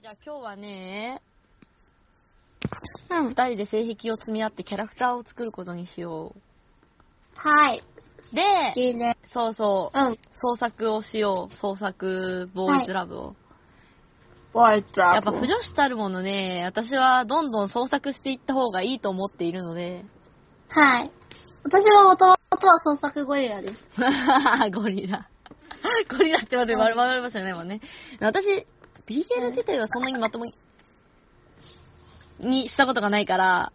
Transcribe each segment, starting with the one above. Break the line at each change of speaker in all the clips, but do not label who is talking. じゃあ今日はね、
うん。
二人で性癖を積み合ってキャラクターを作ることにしよ
はい。
う。で、
いいね。
そうそう、
うん。
創作をしよう。創作ボーイズラブを。
ワイト
やっぱ不女子たるものね、私はどんどん創作していった方がいいと思っているので、
はい。私はもともとは創作ゴリラです。
ゴリラ。ゴリラって言われて丸々ましたね、もんね。私、BL 自体はそんなにまともに、にしたことがないから、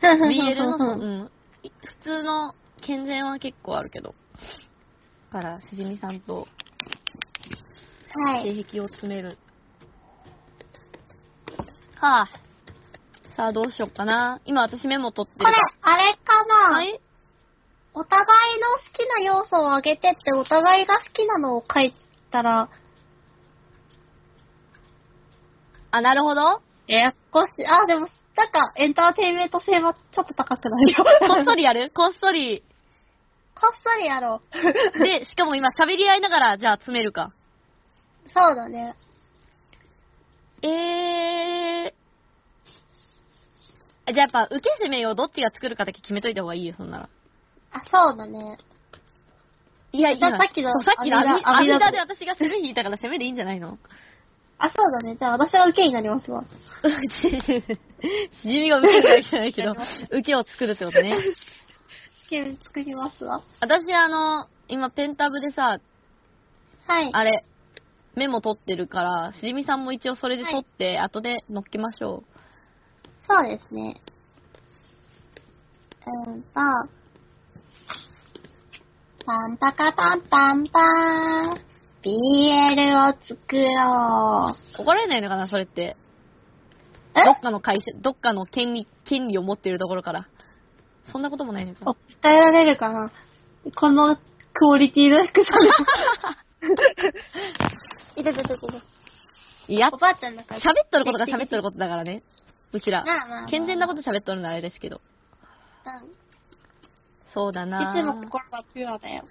BL の、うん、い普通の健全は結構あるけど。だから、しじみさんと
はい。
性癖を詰める。はあ。さあ、どうしよっかな。今私メモ取って
こ
る
れ。、あれかな、
はい
お互いの好きな要素を上げてって、お互いが好きなのを書いたら、
あ、なるほど。
えやこし、あ、でも、なんか、エンターテインメント性はちょっと高くなるよ。
こっそりやるこっそり。
こっそりやろう。
で、しかも今喋り合いながら、じゃあ詰めるか。
そうだね。
えー。じゃあやっぱ、受け攻めをどっちが作るかだけ決めといた方がいいよ、そんなら。
あ、そうだね。
いや、
じゃあ
今
さっきの
そうさっきの網
網
網
だ
田で私が攻め引いたから攻めでいいんじゃない の
あ、そうだね。じゃあ、私は受けになりますわ。
しじみが受けるわけじゃないけど、 受けを作るってことね。
試験作りますわ。
私、あの、今、ペンタブでさ、
はい。
あれ、メモ取ってるから、しじみさんも一応それで取って、後で乗っけましょう。
そうですね。うんと、パンパカパンパンパーン。BL を作ろう。
怒られないのかな、それって。
え
どっかの会社、どっかの権利、権利を持ってるところから。そんなこともないのかな。
伝えられるかなこのクオリティの低さ で。いたいたいたいた。
いや、
お
喋
ばあちゃんだから。
っとることが喋っとることだからね。うちら。
まあまあまあ
健全なこと喋っとるならあれですけど。
うん
そうだない
つも心はピュアだよ。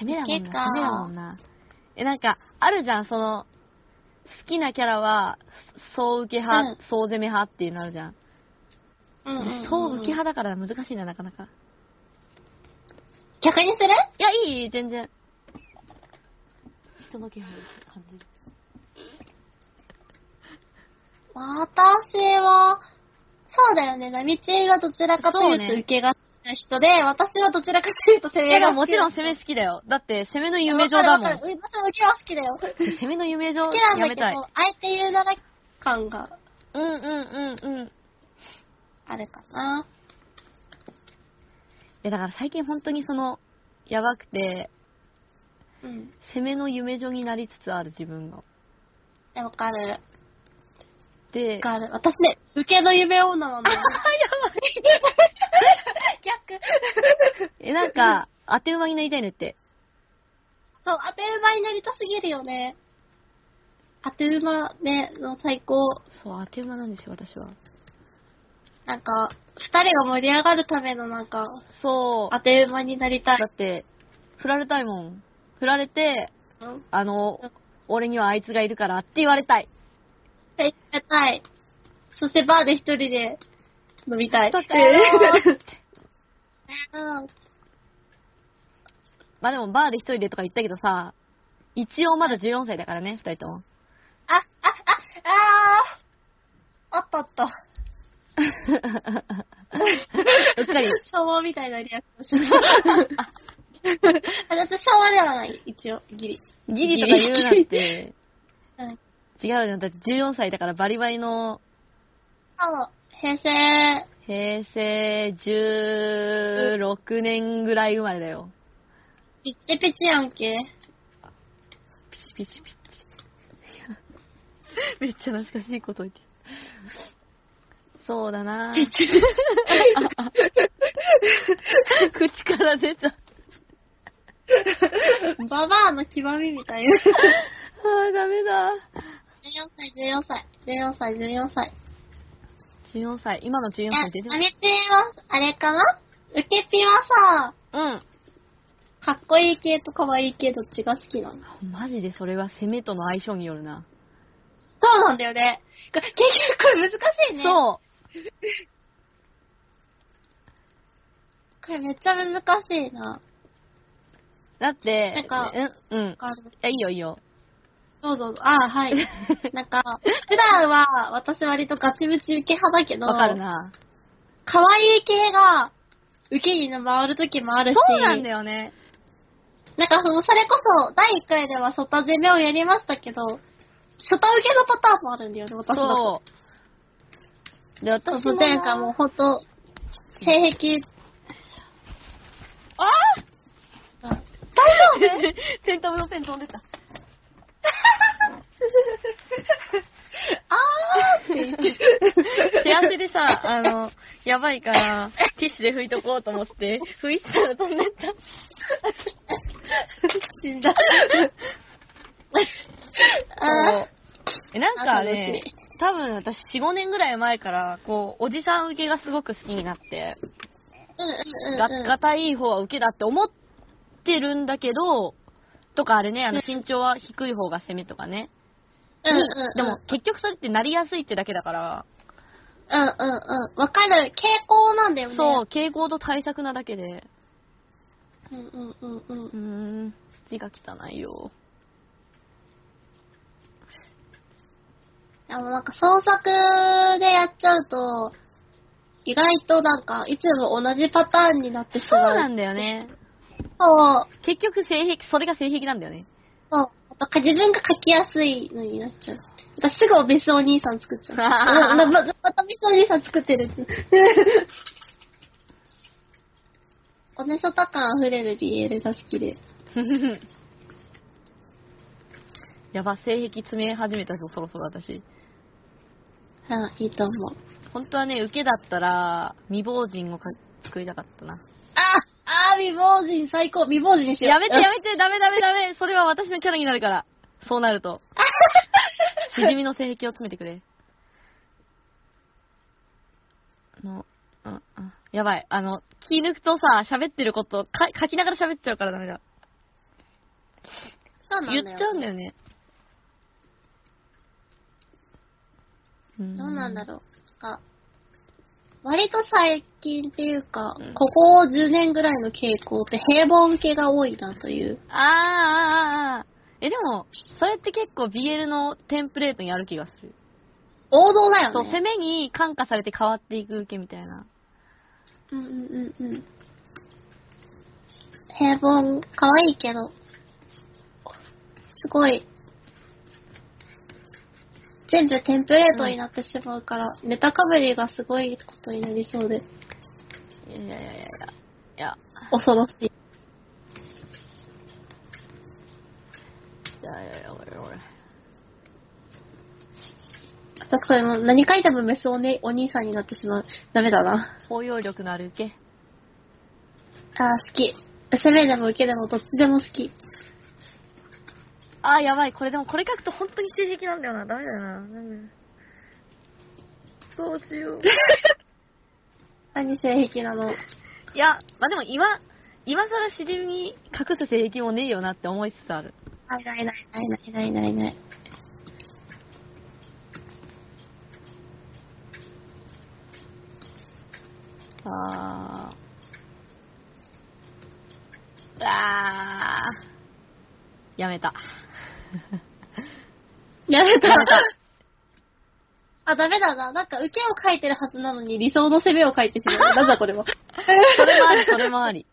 攻めだもん
結
な、
果
攻めだもんな。え、なんか、あるじゃん、その、好きなキャラは、総受け派、
うん
総攻め派っていうのあるじゃん。
うんうんうん
総受け派だから難しいな、なかなか。
逆にする
いや、いい、いい全然。人の気配感じる。
私は、そうだよね。なみちえがどちらかという
そう
と
ね
受けが好きな人で、私はどちらかというと攻
いや、
め
で
が
もも
好き
ちろん攻め好きだよ。だって、攻めの夢
わ
情
かる
だ
わ
も
かる
ん。
私も受けは好きだよ。好
攻めの夢情
きなん
や
だ
め
けど、
たい。
相手言うなら感が
うんうんうんうん。
あるか
い
な。
や、だから最近本当にその、やばくて、
うん。
攻めの夢情になりつつある自分が。
でわかる。
で
わ、 かる。私ね、受けの夢女なんだよ。やばい。逆。
え、なんか、当て馬になりたいねって。
そう、当て馬になりたすぎるよね。当て馬ね、の最高。
そう、当て馬なんですよ、私は。
なんか、二人が盛り上がるためのなんか、
そう。
当て馬になりたい
だ。って、振られたいもん。振られて、
うん
あの、俺にはあいつがいるからって言われたい。
行きたい。そしてバーで一人で飲みたい。
とか よー
うん
まあでも、バーで一人でとか言ったけどさ、一応まだ14歳だからね、二人とも。
あ、あ、あ、あー。おっとっ と。
うっかり。
昭和みたいなリアクションしてた。あ、だって昭和ではない。一応、ギリ。
ギリとか言うなんて、
うん。
違うじゃん。だって14歳だからバリバリの、
あの、平成、
平成16年ぐらい生まれだよ。
ピッチピチやんけ。
ピチピチピチ。めっちゃ懐かしいこと言ってる。そうだなぁ。口から出た。あ
ババアの極みみたい な。
あ、ダメだ。
14歳、14歳、14歳、14歳。
14歳。今の14
え、あ
歳出
みち
てない。
は、あれかな受けピはさ、
うん。
考かっこいい系と可愛い系どっちが好きなの
マジでそれは攻めとの相性によるな。
そうなんだよね。これ結局これ難しいね。う。
そ
これめっちゃ難しい
う。
な。
だって、
なんか
えうん。い
あ
や、いいよいいよ。
どうぞ。ああ、はい。 なんか、普段は私割とガチムチ受け派だけど、
わかるな。
可愛い系が受けに回る時もあるし、
そうなんだよね。
なんかその、それこそ第1回では初タ攻めをやりましたけど、初タ受けのパターンもあるんだよね、私だと。
そう。で、私もな
前回もほんと、性癖、
あ
大丈夫
ー テントのペン飛んでた。
あーっ て言って。
手汗でさ、あの、やばいから、ティッシュで拭いとこうと思って、拭いてたら飛んで った。
死んだ。あー
こうえ、なんかね
あ楽し、
多分私4、5年ぐらい前から、こう、おじさん受けがすごく好きになって、
うんうんうん
が、がたいい方は受けだって思ってるんだけど、とかあれね、あの身長は低い方が攻めとかね。
うんうんうん
でも、結局それってなりやすいってだけだから、
うんうんうん。わかる。傾向なんだよね。
そう、。傾向と対策なだけで、
うんうんうんうん
う。ーん、字が汚いよ。
でもなんか創作でやっちゃうと、意外となんか、いつも同じパターンになってし
そう
まう。
なんだよね。
そう。
結局性癖、それが性癖なんだよね。
そう。あと自分が書きやすいのになっちゃう。だからすぐおべすお兄さん作っちゃ う。まままたおべすお兄さん作ってる。 おねしょた感あふれる BL が好きで。
やば、性癖詰め始めたぞ、そろそろ私。
うん、いいと思う。
本当はね、受けだったら、未亡人をか作りたかったな。
ああー未亡人最高未亡人にしよう。
やめてや
よし
めて、ダメダメダメ、それは私のキャラになるから。そうなる と。しじみの性癖を詰めてくれ。あの、うん、うん。やばい。あの、気抜くとさ、喋ってることか書きながら喋っちゃうからダメだ。
そうなんだ
言
よ
っちゃうんだよね。どう
どうなんだ
う。
ろう。なんか、割と最近っていうか、
うん
ここ10年ぐらいの傾向って平凡系が多いなという。
あーあーあーあーえ、でも、それって結構 BL のテンプレートにある気がする。
王道だよね。
そう、攻めに感化されて変わっていく受けみたいな。
うんうんうんうん。平凡、可愛いけど、すごい、全部テンプレートになってしまうから、ネタかぶりがすごいことになりそうで、
いやいやいやいや。いや、
恐ろしい。
いやいやいや、俺俺。
私これもう何書いてもメスお,、ね、お兄さんになってしまう。ダメだな。
包容力のある受け。
あー好き。攻めでも受けでもどっちでも好き。
あー、やばい。これでもこれ書くと本当に性癖なんだよな。ダメだよな。ダメだよどうしよ う。
何性癖なの
いや、まあ、でも今、今更しじみに隠す性癖もねえよなって思いつつある。
ないないないないないないないない。
あー。あー。やめた。
やめた
やめた。
あ、ダメだな。なんか受けを書いてるはずなのに理想の攻めを書いてしまう。 なぜだこれも。
それ もあり、それもあり。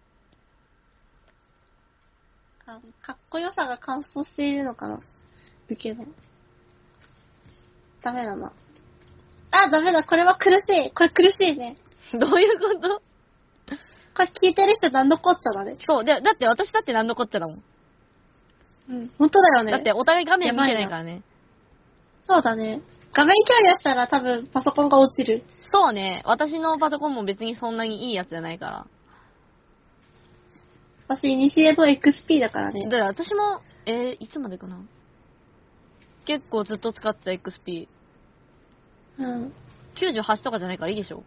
あかっこよさが乾燥しているのかな受けの。ダメだな。あ、ダメだ。これは苦しい。これ苦しいね。
どういうこと
これ聞いてる人何のこっちゃだね。
そう、で、だって私だって何のこっちゃだもん。
うん。本当だよね。
だってお互い画面見てないからね。
そうだね。画面共有したら多分パソコンが落ちる。
そうね、私のパソコンも別にそんなにいいやつじゃないから。
私、イニシエの XP だからね。
で、私も、えー、いつまでかな結構ずっと使ってた XP。
うん。
98とかじゃないからいいでしょ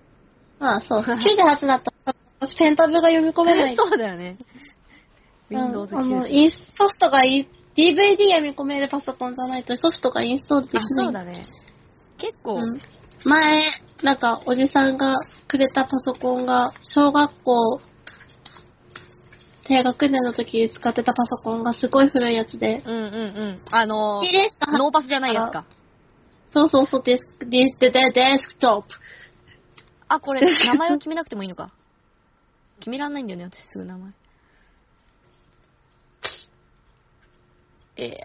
まあそう。98だったら、私ペンタブが読み込めない。
そうだよね。 Windows
うんあの
9。
インソフトがい DVD 読み込めるパソコンじゃないとソフトがインストールでき
あ
ない。、
そうだね。結構、
うん前、なんかおじさんがくれたパソコンが、小学校、低学年の時に使ってたパソコンがすごい古いやつで、
うんうんうん。あのー、
綺麗しか
ノーパスじゃないやつか。
そうそうそう、デスク、ディスデデデスクトップ。
あ、これ、名前を決めなくてもいいのか。決めらんないんだよね、私すぐ名前。いや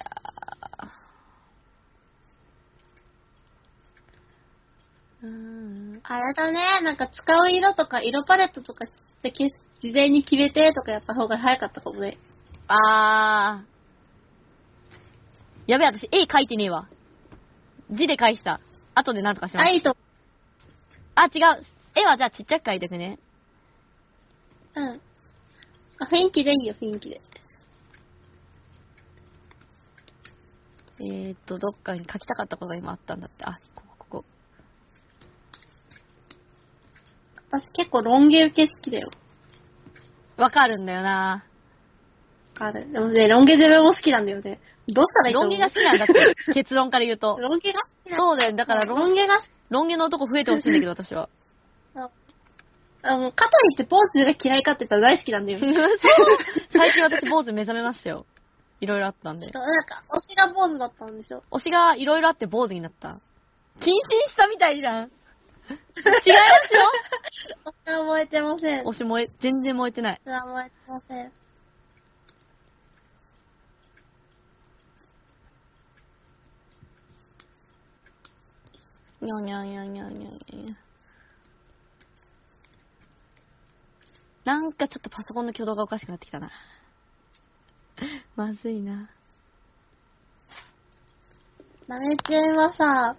ー。うーん。
あれだね、なんか使う色とか色パレットとかってけ事前に決めてとかやった方が早かったかもね。
あー。やべえ、私、絵描いてねえわ。字で返した。後でなんとかします。
あ、いいと。
あ、違う。絵はじゃあちっちゃく描いてくね。
うん。あ雰囲気でいいよ、雰囲気で。
えーっと、どっかに書きたかったことが今あったんだって。あ、ここ、ここ。
私結構ロン毛受け好きだよ。
わかるんだよな
ある。でもね、ロン毛ゼロも好きなんだよね。どうしたらいいと
ロ
思
ン
う
毛が好きなんだ って、結論から言うと。
ロン毛が好きなんだ。
そうだよ、だからロ
ロ
ン、
ン毛が、
ロン毛の男増えてほしいんだけど、私 は。
あの、かといってポーズが嫌いかって言ったら大好きなんだよ。 なん
最近私、坊主目覚めましたよ。いろいろあったんで。
か、推しが坊主だったんでしょ。
推しがいろいろあって坊主になった。謹慎したみたいじ ゃん。違います
私は燃えてません。
よ。推し燃え、全然燃えてない。
私は燃えてません。
にゃんにゃんにゃんにゃんにゃんにゃん。なんかちょっとパソコンの挙動がおかしくなってきたな。 まずいな。
ナメチェンはさ、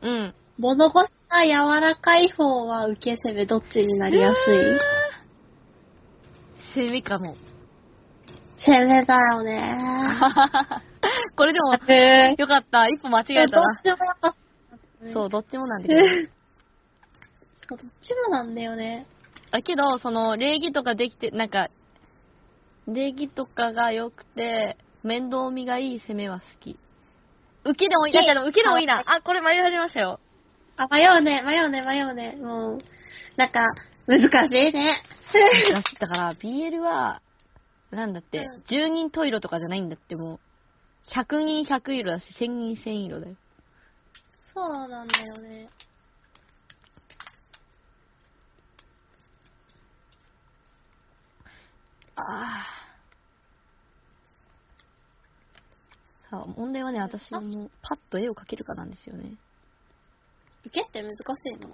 うん。
物腰が柔らかい方は受け攻めどっちになりやすい
セミかも。
攻めだよね。
これでも、
え
よかった。一歩間違えた
どっ
な。
ちもなんか、
そう、どっちもなんだけど。
そう。どっちもなんだよね。
だけど、その、礼儀とかできて、なんか、礼儀とかが良くて、面倒見がいい攻めは好き。受けでもいい。
好
だ
き
けど、受けでもいいな
は。
あ、これ迷い始めましたよ。
あ、迷うね、迷うね、迷うね。もう、なんか、難し いね。
だから、BL は、なんだって
うん、
10人トイロとかじゃないんだって、もう、100人100色だし、1000人1000色だよ。
そうなんだよね。
ああ。さあ、問題はね、私がもう、パッと絵を描けるかなんですよね。
受けって難しいの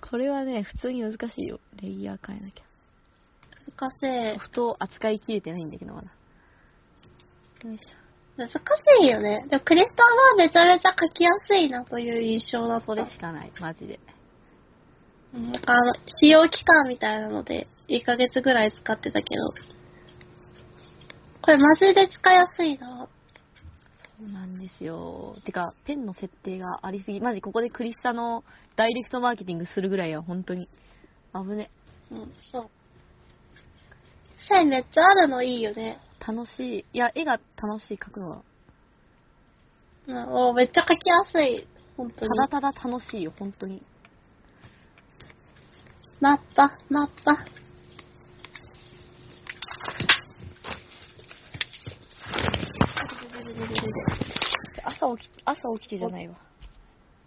これはね、普通に難しいよ。レイヤー変えなきゃ。
難しい
ソ。フトを扱いきれてないんだけど、まだ。よいし
難しいよね。でもクリスタはめちゃめちゃ書きやすいなという印象だ
ょ。そ
と
れしかない、マジで。
うんあの、使用期間みたいなので、1ヶ月ぐらい使ってたけど。これマジで使いやすいな。
そうなんですよ。てか、ペンの設定がありすぎ。マジ、ここでクリスタのダイレクトマーケティングするぐらいは、本当に。危ね。
うん、そう。線めっちゃあるのいいよね。
楽しい。いや、絵が楽しい、描くのは。
うん、おめっちゃ書きやすい。本当
た
に。
だただ楽しいよ、本当に。
マッパ、マッパ。
朝起き、朝起きてじゃないわ。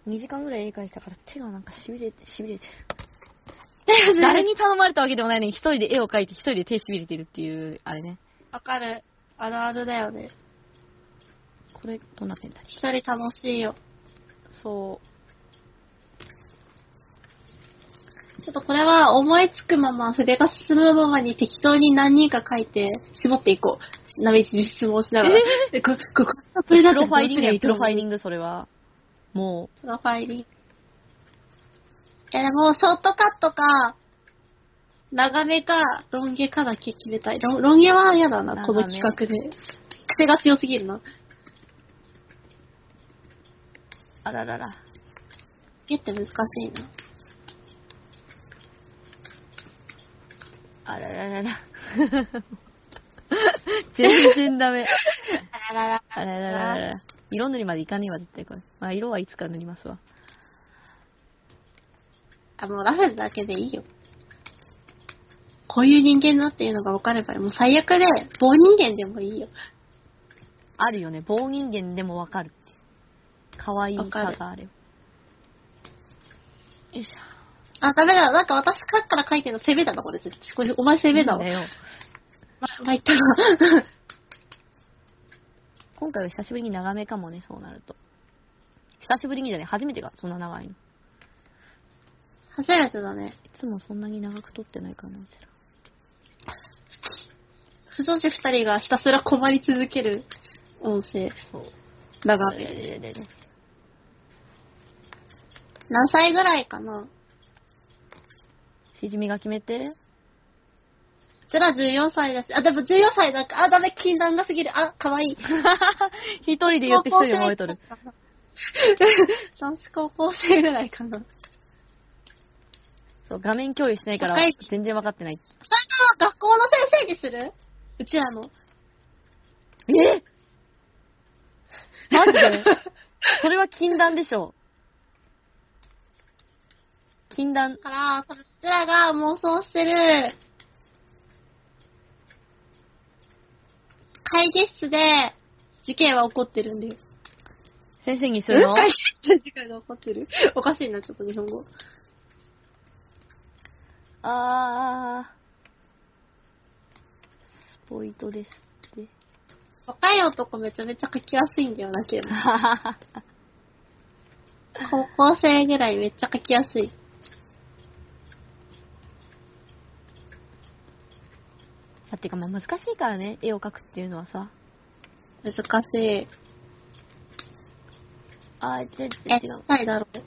2時間ぐらい絵描いてたから、手がなんか痺れて、痺れて る。 誰に頼まれたわけでもないのに、一人で絵を描いて、一人で手しびれてるっていう、あれね。
わかる。あるあるだよね。
これ、どんなペンだっけ
一人楽しいよ。
そ
ちょっとこれは思いつくまま、筆が進むままに適当に何人か書いて、絞っていこう。なめち質問しながら。え、これ、これ、これ
う。
だ
プ
って
ロファイリング
どっちがいい
プ
と思
ロ
う
ファイリング、それは。も
プロファイリング。え、でも、ショートカットか、長めか、ロン毛かだけ決めたい。ロンロン毛は嫌だな、
長
こ
め
の企画で。癖が強すぎるな。
う、あららら。
毛って難しいな。
あらららら。 全然ダメ。
あらら
あららららら。色塗りまでいかねえわ、絶対これ。まあ、色はいつか塗りますわ。
あ、もうラフェルだけでいいよ。こういう人間だっていうのが分かれば、もう最悪で、棒人間でもいいよ。
あるよね。棒人間でもわかるっていう。可愛いさがあれば。よいし
あ、ダメだ。なんか私書くから書いてるの攻めだな、これ。絶対これお前攻
ょ。
めだわ。
だよ。
ま、まいったな。
今回は久しぶりに長めかもね、そうなると。久しぶりにじゃね、初めてがそんな長いの。い
初めてだね。
つもそんなに長く撮ってないからな、うちら。
不女子二人がひたすら困り続ける音声。
そう。
だが
あ、れれれれれ
何歳ぐらいかな。
しじみが決めて。
うちら14歳だし、あ、でも14歳だか、あ、ダメ、禁断が過ぎる。あ、かわいい。
一人で言って一人で覚えとる。
男子高校生ぐらいかな。
そう、画面共有してないから
社会、
全然分かってない。
それとも学校の先生にするうちらの。
えマジでそれは禁断でしょ。禁断
だ。から、そのうちらが妄想してる、会議室で事件は起こってるんだよ。
先生にするの
うん会議室で事件が起こってる。 おかしいな、ちょっと日本語。
あー。スポイトです って。
若い男めちゃめちゃ書きやすいんだよな、 けど。高校生ぐらいめっちゃ書きやすい。
だってか、まあ難しいからね、絵を描くっていうのはさ。
難しい。
あー、全
え、
然違う。間違
ないだろう。
えた。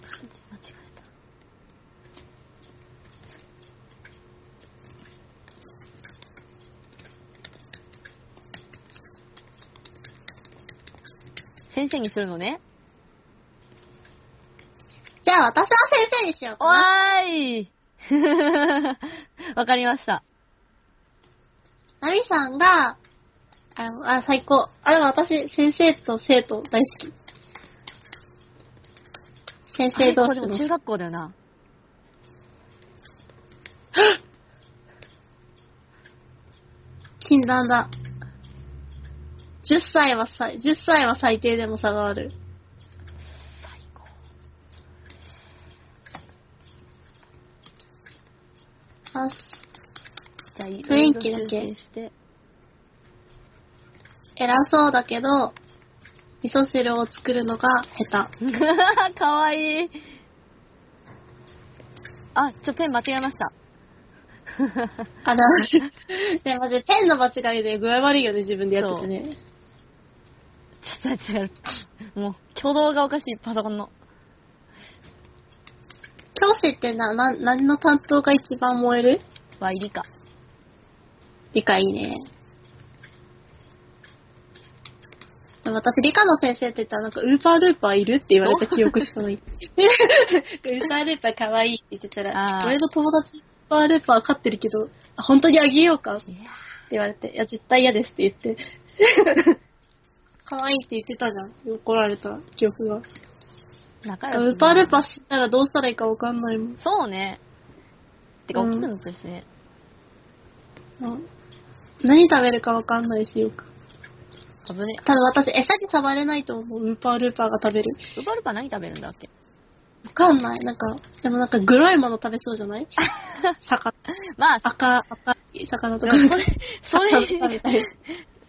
先生にするのね。
じゃあ私は先生にしようか
お
な。
ーい わかりました。
ナミさんが、あ、あ最高。あ、でも私、先生と生徒大好き。先生同
あれこれで
士
も
の。
中学校だよな。
禁断だ。10歳は最、10歳は最低でも差がある。
最高。
よし。
じゃあ、い
雰囲気だけ
ろいろ修正して。
偉そうだけど、味噌汁を作るのが下手。
かわいい。あ、ちょ、ペン間違えました。
あら、 ね、マジでペンの間違いで具合悪いよね、自分でやっててね。
ちょっと待って、もう、挙動がおかしい、パソコンの。
教師ってな、な、何の担当が一番燃える
わ、いりか。
理科いいね。でも私、理科の先生って言ったら、なんか、ウーパールーパーいるって言われた記憶し かない。ウーパールーパーかわいいって言ってた
あ
ら、
ー
俺の友達、ウーパールーパー飼ってるけど、あ本当にあげようかって
いや
言われて、いや、絶対嫌ですって言って。 かわいいって言ってたじゃん。怒られた記憶が。
仲良くな
ウーパールーパー知ったらどうしたらいいかわかんないもん。
そうね。てか、
う
大
ん
きくなったしね。
うん何食べるかわかんないしよく。
危ね
多分私、餌に触れないと思う。ウーパールーパーが食べる。
え。ウバルパ何食べるんだっけ
わかんない。なんか、でもなんか、グロいもの食べそうじゃない魚。
まあ、
赤、赤い魚と
で
か。
もそれ、そ
食べ
れ
たい、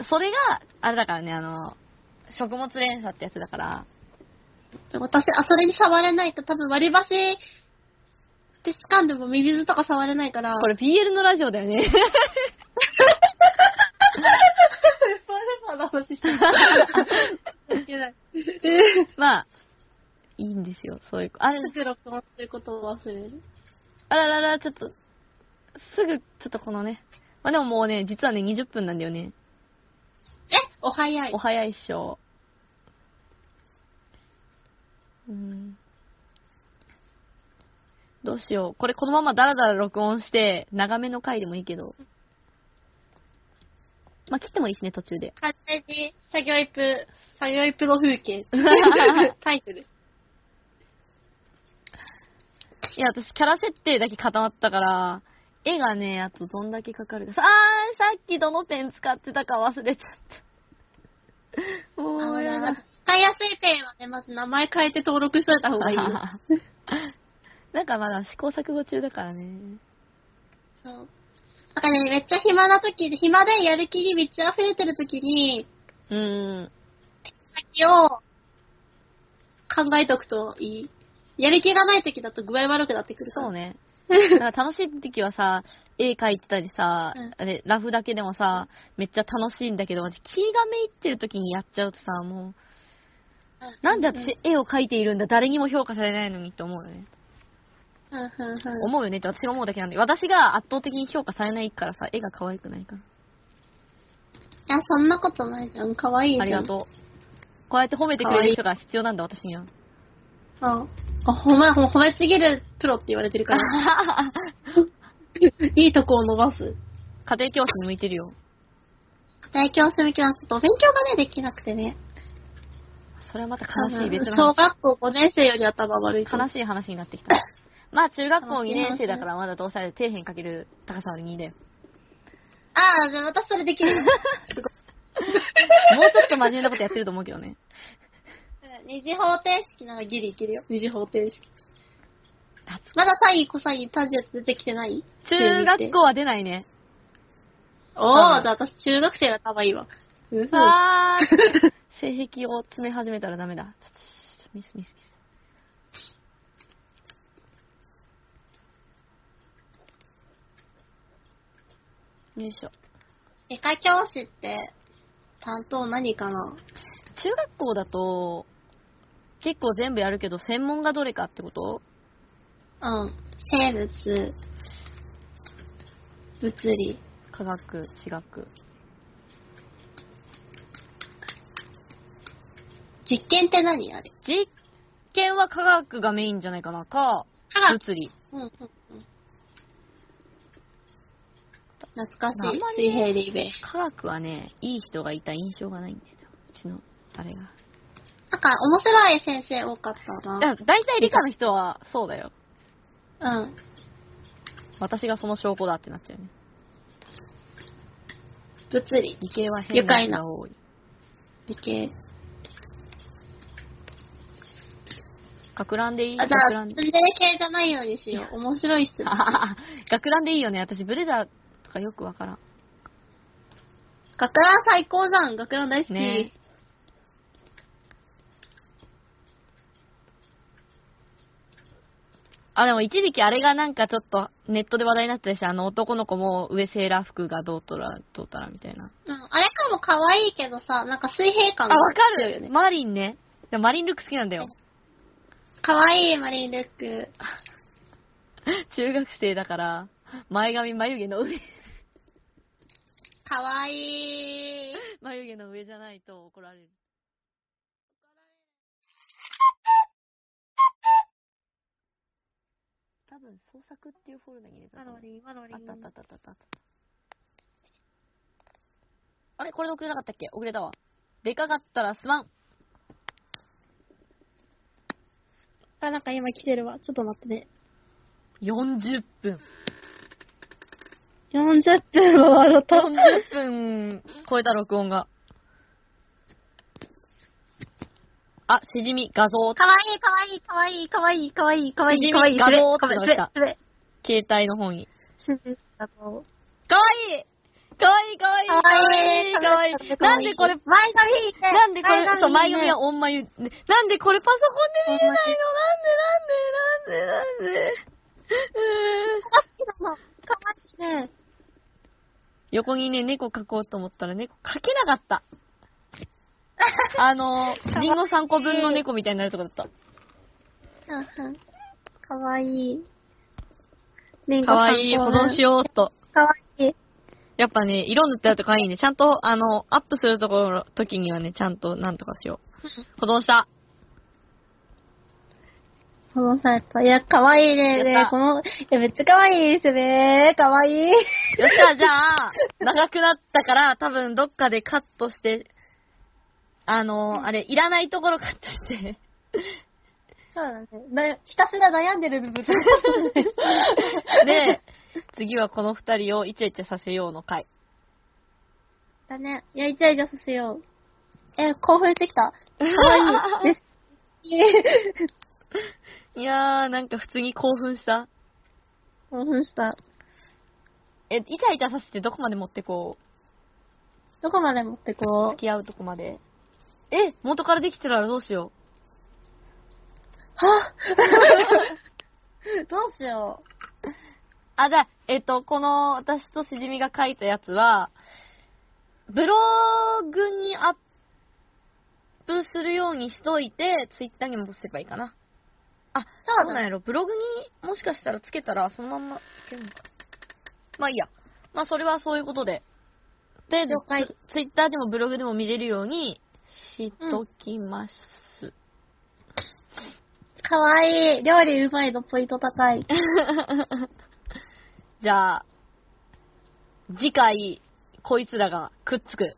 それが、あれだからね、あの、食物連鎖ってやつだから、
でも私、あ、それに触れないと多分割り箸で掴んでもミミズとか触れないから。
これ BL のラジオだよね。
ウーパールーパーの話してる。いけ ない。
まあ、いいんですよ、そういう。あれ、
すぐ録音することを忘れる。
あららら、ちょっと、すぐ、ちょっとこのね。まあでももうね、実はね、20分なんだよね。
えお早い
お。早いっしょ。うん。どうしよう。これこのままダラダラ録音して、長めの回でもいいけど。まあ、切ってもいいしね、途中で。
完全に、作業一プ、作業一プの風 景。タイトル。
いや、私、キャラ設定だけ固まったから、絵がね、あとどんだけかかるか。あー、さっきどのペン使ってたか忘れちゃった。もうやだ。
使いやすいペンはね、まず名前変えて登録しといた方がい いよ。
なんかまだ試行錯誤中だからね。
そう。なんかね、めっちゃ暇な時で、暇でやる気に満ち溢れてる時に、
うーん。
先を考えとくといい。やる気がない時だと具合悪くなってくるから。
そう
ね。
ね。なんか楽しい時はさ、絵描いてたりさ、
うん
あれ、ラフだけでもさ、めっちゃ楽しいんだけど、私、気がめいってる時にやっちゃうとさ、もう、なんで私、絵を描いているんだ、誰にも評価されないのにって思うよね。
うんうんうん。
思うよねって私が思うだけなんで、私が圧倒的に評価されないからさ、絵が可愛くないから。
いや、そんなことないじゃん。かわいいじゃん。
ありがとう。こうやって褒めてくれる人が必要なんだ、私には。
あ、あほんま、ほんま褒めちぎるプロって言われてるから。 いいとこを伸ばす。
家庭教師に向いてるよ。
家庭教師向けはちょっとお勉強がね、できなくてね。
それはまた悲しい、別
小
の
学校5年生より頭悪いと思う
話、悲しい話になってきた。まあ、中学校
悲し
2
い
年生だから、まだどうせ底辺かける高さ割り2だよ。
ああ、じゃあ私それでき るよ。
もうちょっと真面目なことやってると思うけど ね。
うん二次方程式ならギリいけるよ。二次方程式。
懐
まだサイン、コサイン、タジェット出てきてない
中学校。は出ないね。
お
う
お、
ん
じゃあ私中学生が頭いいわ。うん
あーって、性癖を詰め始めたらダメだ。ちょっとちょっとミスミスミス。よいしょ。
理科教師って、担当何かな
中学校だと、結構全部やるけど、専門がどれかってこと
うん。生物、物理、
科学、地学。
実験って何あれ
実験は科学がメインじゃないかな。か、
科学。
物理。
うんうんうん。懐かし
あん
い
ま。り
水平リーベ。
科学はね、いい人がいた印象がないんだよ。うちの、あれが。
なんか、面白い先生多かった
い
な。
や大体理科の人はそうだよ。
うん。
私がその証拠だってなっちゃうね。
物理、
理系は変な人が多い。
理系。
学ランでいい
あ、
学
じゃ
ラ
あ、
ン
つ
で。
いで系じゃないようにしよう。面白い質問。
学ランでいいよね。私、ブレザーとかよくわからん。
学ラン最高じゃん。学ラン大好き。
ねあ、でも一時期あれがなんかちょっとネットで話題になってたし、あの男の子も上セーラー服がどうとら、どうたらみたいな。
うん。あれかも可愛いけどさ、なんか水平
あ、
感が
わか
強いよ
る
ね。
マリンね。でもマリンルック好きなんだよ。
可愛いマリンルック。
中学生だから、前髪眉毛の上、
可愛い。
眉毛の上じゃないと怒られる。多分、創作っていうフォルダに入れた
マ
と思
ロ
う
リー、マロリー。
あったあったあったあったあった。あれこれで遅れなかったっけ遅れたわ。でかかったらすまん。
あ、なんか今来てるわ。ちょっと待ってね。
40分。
40分は笑 った。
40分超えた録音が。あ、しじみ、画像、
かわいい、かわいい、かわいい、かわいい、かわいい、かわいい、かわいい、
画像ってのが来た
かわいい、
携帯の方に。
かわ
かわいいかわいいかわいい
いい、
かわいいなんでこれ、
前髪いいね。
なんでこれ、そう、前髪は
を。
オンマユ、ねなんでこれパソコンで見れないのなんでなんでなんでなんで うーん
好きなの。かわいいね。
横にね、猫描こうと思ったら猫描けなか った。あの、リンゴ3個分の猫みたいになるとこだった。
うんうん。かわいい。リン
かわいい、保存しようっと。
う。かわいい。
やっぱね、色塗ってあると可愛いね。ちゃんと、あの、アップするところ、時 にはね、ちゃんとなんとかしよう。保存した。
このサイト。いや、かわいいね。
やっ
ね
た
この、いや、めっちゃかわいいですね。かわいい。
よっしゃ、じゃあ、長くなったから、多分どっかでカットして、あのー、あれ、いらないところカットして。
そうだね。なひたすら悩んでる部分。
で、次はこの二人をイチャイチャさせようの回。
だね。いや、イチャイチャさせよう。え、興奮してきた。かわ いい。です。
いやー、なんか普通に興奮した。
興奮した。
え、イチャイチャさせてどこまで持ってこう
どこまで持ってこ
付き合うとこまで。え、元からできてたらどうしよ
う。はどうしよ
う。あ、じゃあ、えっと、この私としじみが書いたやつは、ブログにアップするようにしといて、ツイッターにも載せばいいかな。あ、
う。
そ
そ
な
うう
ん
だね。
やろ。ブログにもしかしたらつけたら、そのまんまいけるのか。まあいいや。まあそれはそういうことで。で、
了解
ツツイッターでもブログでも見れるようにしときます。
かわいい。料理うまいのポイント高い。
じゃあ、次回、こいつらがくっつく。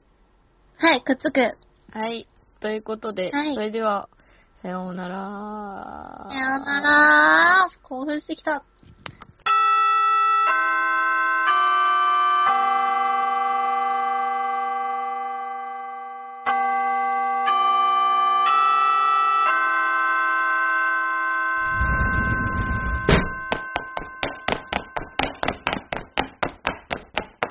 はい、くっつく。さよ
はい。ということで、
はい
それでは、さようなら。
うなら。興奮してきた。